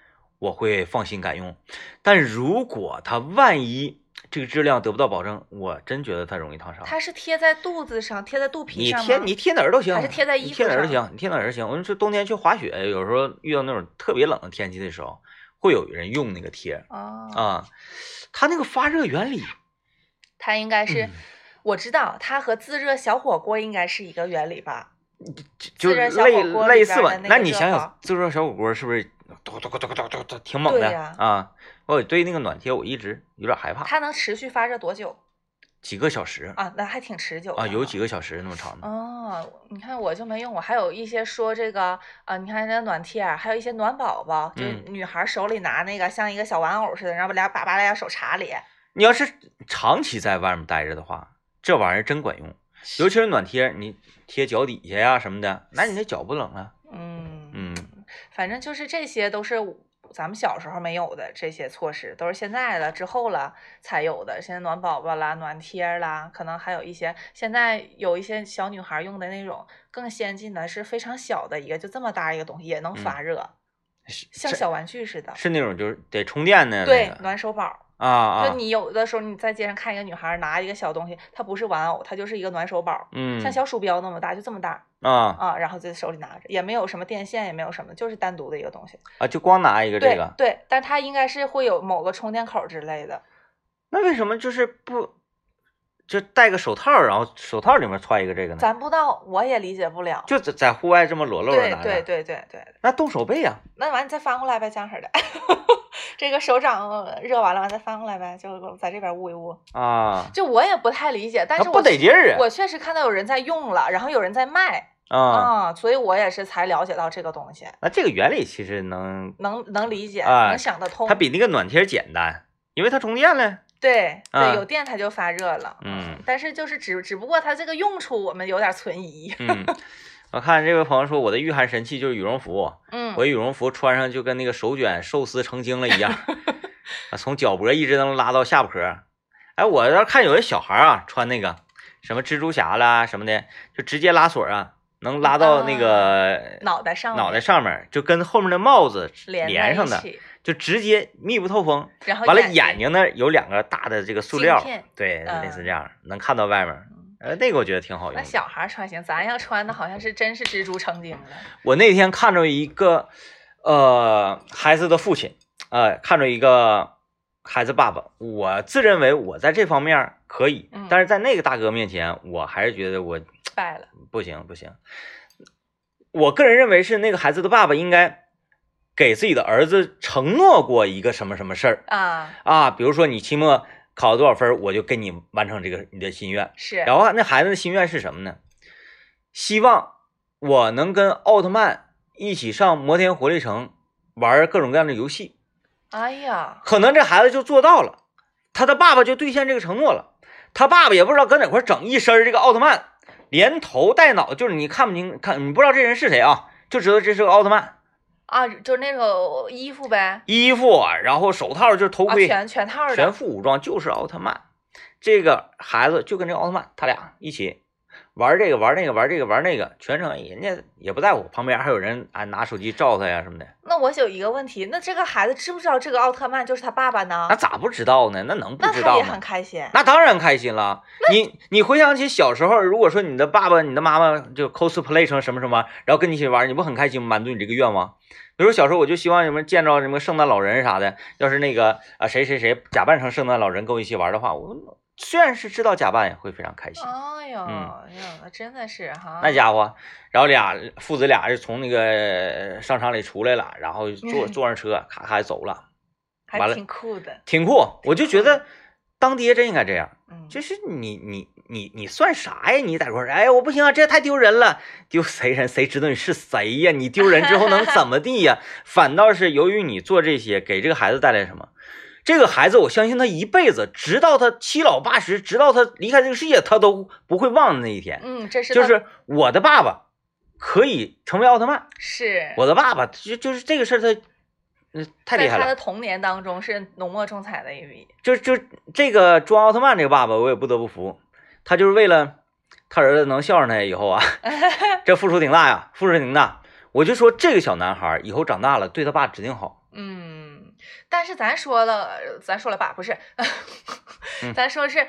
Speaker 1: 我会放心改用。但如果它万一这个质量得不到保证，我真觉得它容易烫伤。
Speaker 2: 它是贴在肚子上，贴在肚皮
Speaker 1: 你
Speaker 2: 上吗？
Speaker 1: 贴你贴哪儿都行，
Speaker 2: 还是贴在
Speaker 1: 你
Speaker 2: 衣
Speaker 1: 贴
Speaker 2: 服
Speaker 1: 哪儿都
Speaker 2: 上
Speaker 1: 行，你贴哪儿都行。我跟你说，冬天去滑雪，有时候遇到那种特别冷的天气的时候，会有人用那个贴
Speaker 2: 啊，
Speaker 1: 啊，它那个发热原理。
Speaker 2: 它应该是
Speaker 1: 嗯，
Speaker 2: 我知道它和自热小火锅应该是一个原理吧？
Speaker 1: 就是
Speaker 2: 自热小
Speaker 1: 类
Speaker 2: 火锅里
Speaker 1: 类
Speaker 2: 边
Speaker 1: 似
Speaker 2: 的
Speaker 1: 吧
Speaker 2: 那。个
Speaker 1: 那你
Speaker 2: 热
Speaker 1: 想想
Speaker 2: 锅，
Speaker 1: 自热小火锅是不是咚咚咚咚咚咚咚挺猛
Speaker 2: 对
Speaker 1: 的
Speaker 2: 呀
Speaker 1: 啊？我对那个暖贴我一直有点害怕，
Speaker 2: 它能持续发热多久
Speaker 1: 几个小时
Speaker 2: 啊？那还挺持久
Speaker 1: 啊，
Speaker 2: 的
Speaker 1: 有
Speaker 2: 哈
Speaker 1: 几个小时那么长的。
Speaker 2: 哦，你看我就没用过，还有一些说这个啊、呃你看人家暖贴儿，还有一些暖宝宝，就是
Speaker 1: 嗯
Speaker 2: 女孩手里拿那个像一个小玩偶似的，然后把俩把把俩手插里，
Speaker 1: 你要是长期在外面待着的话，这玩意儿真管用，尤其是暖贴，你贴脚底下呀什么的，那你那脚不冷啊？
Speaker 2: 嗯，
Speaker 1: 嗯，
Speaker 2: 反正就是这些都是我咱们小时候没有的这些措施，都是现在了之后了才有的。现在暖宝宝啦、暖贴儿啦，可能还有一些现在有一些小女孩用的那种更先进的，是非常小的一个，就这么大一个东西也能
Speaker 1: 嗯
Speaker 2: 发热，
Speaker 1: 是
Speaker 2: 像
Speaker 1: 是
Speaker 2: 小玩具似的。
Speaker 1: 是那种就是得充电的那
Speaker 2: 对
Speaker 1: 个，
Speaker 2: 暖手宝。
Speaker 1: 啊啊
Speaker 2: 就，你有的时候你在街上看一个女孩儿拿一个小东西，它不是玩偶，它就是一个暖手宝儿，
Speaker 1: 嗯
Speaker 2: 像小鼠标那么大，就这么大
Speaker 1: 啊
Speaker 2: 啊，然后在手里拿着，也没有什么电线，也没有什么，就是单独的一个东西。
Speaker 1: 啊，就光拿一个这
Speaker 2: 对
Speaker 1: 个，
Speaker 2: 对，但它应该是会有某个充电口儿之类的。
Speaker 1: 那为什么就是不就戴个手套，然后手套里面揣一个这个呢？
Speaker 2: 咱不知道，我也理解不了。
Speaker 1: 就在在户外这么裸露着
Speaker 2: 对
Speaker 1: 拿着，
Speaker 2: 对对对对，
Speaker 1: 那动手背呀、
Speaker 2: 那完你再翻过来呗，这样式儿的。 *laughs* 这个手掌热完了，完再翻过来呗，就在这边捂一捂。
Speaker 1: 啊，
Speaker 2: 就我也不太理解，但
Speaker 1: 那
Speaker 2: 是
Speaker 1: 不
Speaker 2: 我
Speaker 1: 得劲儿啊！
Speaker 2: 我确实看到有人在用了，然后有人在卖，
Speaker 1: 啊，
Speaker 2: 啊、所以我也是才了解到这个东西，
Speaker 1: 那这个原理其实能，
Speaker 2: 能能理解，
Speaker 1: 啊
Speaker 2: 能想得通
Speaker 1: 它。比那个暖贴简单，因为它充电了。
Speaker 2: 对
Speaker 1: 啊
Speaker 2: 对，有电它就发热了。
Speaker 1: 嗯
Speaker 2: 但是就是只只不过它这个用处我们有点存疑。 *laughs*
Speaker 1: 嗯，我看这位朋友说我的御寒神器就是羽绒服，*laughs*
Speaker 2: 嗯，
Speaker 1: 我羽绒服穿上就跟那个手卷寿司成精了一
Speaker 2: *laughs*
Speaker 1: 样，啊从脚脖一直能拉到下坡。哎，我要看有的小孩啊穿那个什么蜘蛛侠啦什么的，就直接拉锁啊，能拉到那个
Speaker 2: 脑袋上
Speaker 1: 脑袋上面，就跟后面的帽子
Speaker 2: 连
Speaker 1: 连上
Speaker 2: 在一
Speaker 1: 的，
Speaker 2: 起，
Speaker 1: 就直接密不透风。
Speaker 2: 然后
Speaker 1: 完了，眼
Speaker 2: 眼
Speaker 1: 睛那儿有两个大的这个塑
Speaker 2: 镜
Speaker 1: 料
Speaker 2: 片，
Speaker 1: 对，
Speaker 2: 嗯
Speaker 1: 类似这样，能看到外面。呃，那个我觉得挺好用
Speaker 2: 那
Speaker 1: 的。
Speaker 2: 小孩儿穿行，咱要穿的好像是真是蜘蛛成精了。
Speaker 1: 我那天看着一个，呃，孩子的父亲，呃，看着一个孩子爸爸，我自认为我在这方面儿可以，
Speaker 2: 嗯
Speaker 1: 但是在那个大哥面前，我还是觉得我
Speaker 2: 败了，
Speaker 1: 不行不行。我个人认为是那个孩子的爸爸应该给自己的儿子承诺过一个什么什么事儿
Speaker 2: 啊，
Speaker 1: 啊，比如说你期末考了多少分儿，我就跟你完成这个你的心愿。
Speaker 2: 是
Speaker 1: 然后啊那孩子的心愿是什么呢？希望我能跟奥特曼一起上摩天活力城玩各种各样的游戏。
Speaker 2: 哎呀，
Speaker 1: 可能这孩子就做到了，他的爸爸就兑现这个承诺了。他爸爸也不知道搁哪块整一身儿这个奥特曼，连头带脑，就是你看不清，看你不知道这人是谁啊，就知道这是个奥特曼，
Speaker 2: 啊，就是那种衣服呗，
Speaker 1: 衣服，啊然后手套就是头
Speaker 2: 啊，
Speaker 1: 盔，
Speaker 2: 全全套
Speaker 1: 全
Speaker 2: 的，
Speaker 1: 副武装就是奥特曼。这个孩子就跟这个奥特曼，他俩一起玩这个玩那个玩这个玩那个，全程人家也不在乎，旁边还有人啊拿手机照他呀什么的，
Speaker 2: 那我有一个问题，那这个孩子知不知道这个奥特曼就是他爸爸呢
Speaker 1: 那？咋不知道呢？那能不
Speaker 2: 那
Speaker 1: 知
Speaker 2: 他
Speaker 1: 道
Speaker 2: 也很
Speaker 1: 吗？
Speaker 2: 开心。
Speaker 1: 那当然开心了。你你回想起小时候，如果说你的爸爸、你的妈妈就 cosplay 成什么什么，然后跟你一起玩，你不很开心吗满足你这个愿望？比如说小时候我就希望什么见着什么圣诞老人啥的，要是那个啊谁谁谁假扮成圣诞老人跟我一起玩的话，我虽然是知道假扮也会非常开心。
Speaker 2: 哎呦，
Speaker 1: 嗯
Speaker 2: 哎呦，那真的是哈，
Speaker 1: 那家伙，然后俩父子俩就从那个商场里出来了，然后坐
Speaker 2: 嗯
Speaker 1: 坐上车，咔咔就走了，完
Speaker 2: 还
Speaker 1: 了
Speaker 2: 挺酷的，
Speaker 1: 挺酷。我就觉得当爹真应该这样，
Speaker 2: 嗯，
Speaker 1: 就是你你你你算啥呀？你在这块儿，哎呀，我不行啊，这太丢人了，丢谁人？谁知道你是谁呀？你丢人之后能怎么地呀？ *laughs* 反倒是由于你做这些，给这个孩子带来什么？这个孩子，我相信他一辈子，直到他七老八十，直到他离开这个世界，他都不会忘那一天。
Speaker 2: 嗯，这是
Speaker 1: 就
Speaker 2: 他
Speaker 1: 是我的爸爸可以成为奥特曼，
Speaker 2: 是
Speaker 1: 我的爸爸就就是这个事儿，他嗯太厉害
Speaker 2: 在他的
Speaker 1: 了，
Speaker 2: 童年当中是浓墨重彩的一笔，
Speaker 1: 就就这个装奥特曼这个爸爸，我也不得不服，他就是为了他儿子能孝顺他以
Speaker 2: *laughs*
Speaker 1: 后啊，这付出挺大呀，付出挺大。我就说这个小男孩儿以后长大了对他爸指定好，
Speaker 2: 嗯，但是咱说了，咱说了吧，不是， *laughs*
Speaker 1: 嗯
Speaker 2: 咱说是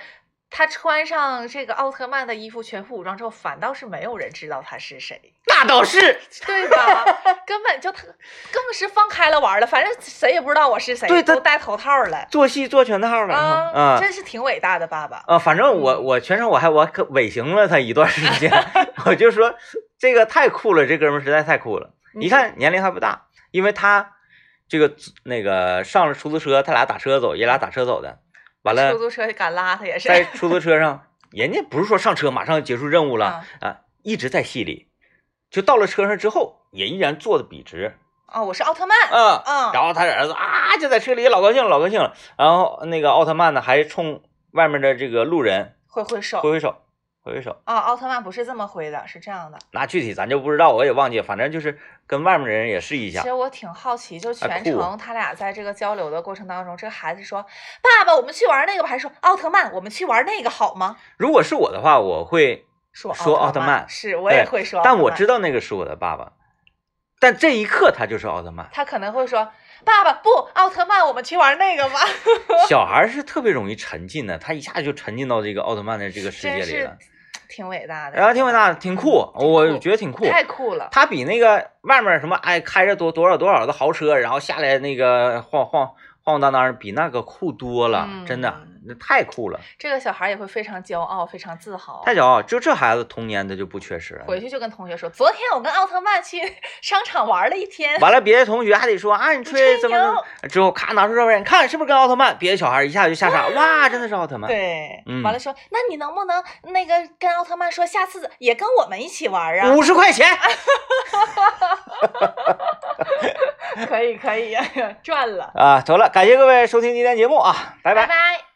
Speaker 2: 他穿上这个奥特曼的衣服，全副武装之后，反倒是没有人知道他是谁，
Speaker 1: 那倒是，
Speaker 2: 对吧？ *laughs* 根本就他更是放开了玩儿了，反正谁也不知道我是谁，
Speaker 1: 对他
Speaker 2: 都戴头套了
Speaker 1: 做戏做全套了
Speaker 2: 啊，
Speaker 1: 啊
Speaker 2: 真是嗯挺伟大的爸爸。
Speaker 1: 啊，反正我我全程我还我可尾行了他一段时
Speaker 2: *laughs*
Speaker 1: 间，我就说这个太酷了，这哥们儿实在太酷了。
Speaker 2: 嗯
Speaker 1: 你看年龄还不大，因为他这个那个上了出租车，他俩打车走，爷俩打车走的，完了
Speaker 2: 出租车敢拉他也
Speaker 1: *laughs*
Speaker 2: 是，*laughs*
Speaker 1: 在出租车上，人家不是说上车马上结束任务了
Speaker 2: 啊
Speaker 1: 啊一直在戏里，就到了车上之后也依然坐的笔直
Speaker 2: 啊，我是奥特曼，
Speaker 1: 啊。
Speaker 2: 嗯，
Speaker 1: 然后他儿子啊就在车里老高兴了老高兴了，然后那个奥特曼呢还冲外面的这个路人
Speaker 2: 挥挥手
Speaker 1: 挥挥手，挥挥手。
Speaker 2: 啊，奥特曼不是这么挥的，是这样的。
Speaker 1: 那具体咱就不知道，我也忘记，反正就是跟外面的人也试一
Speaker 2: 其
Speaker 1: 下
Speaker 2: 实。我挺好奇，就
Speaker 1: 哎
Speaker 2: 全
Speaker 1: 酷
Speaker 2: 程他俩在这个交流的过程当中，这个孩子说：“爸爸，我们去玩那个吧。”还说：“奥特曼，我们去玩那个好吗
Speaker 1: 如果是我的话，我会？”
Speaker 2: 说
Speaker 1: 说奥
Speaker 2: 奥
Speaker 1: 特
Speaker 2: 特
Speaker 1: 曼
Speaker 2: 是我也
Speaker 1: 对
Speaker 2: 会说奥特曼，。
Speaker 1: 但我知道那个是我的爸爸，但这一刻他就是奥特曼
Speaker 2: 他可能会说：“爸爸，不，奥特曼，我们去玩那个吧。 *laughs*
Speaker 1: 小孩儿是特别容易沉浸的，他一下就沉浸到这个奥特曼的这个”世界
Speaker 2: 真
Speaker 1: 里
Speaker 2: 是
Speaker 1: 了，
Speaker 2: 挺伟大的，
Speaker 1: 然后挺伟大，挺酷，我觉得挺酷。
Speaker 2: 太酷了。
Speaker 1: 他比那个外面什么哎开着多多少多少的豪车，然后下来那个晃晃晃晃荡荡，比那个酷多了，
Speaker 2: 嗯
Speaker 1: 真的。那太酷了，
Speaker 2: 这个小孩也会非常骄傲，非常自豪。
Speaker 1: 太骄傲。就这孩子童年他就不缺失了。
Speaker 2: 回去就跟同学说，昨天我跟奥特曼去 *laughs* 商场玩了一天。
Speaker 1: 完了，别的同学还得说啊，你吹
Speaker 2: 吹
Speaker 1: 怎么怎么？之后咔拿出照片，你看是不是跟奥特曼？别的小孩一下就吓傻，哇，真的是奥特曼。
Speaker 2: 对，
Speaker 1: 嗯
Speaker 2: 完了说，那你能不能那个跟奥特曼说，下次也跟我们一起玩啊？
Speaker 1: 五十
Speaker 2: *laughs*
Speaker 1: 块钱，
Speaker 2: 可以，可以，赚了， *laughs*
Speaker 1: 啊，得了，感谢各位收听今天节目啊，拜
Speaker 2: 拜
Speaker 1: 拜。
Speaker 2: 拜。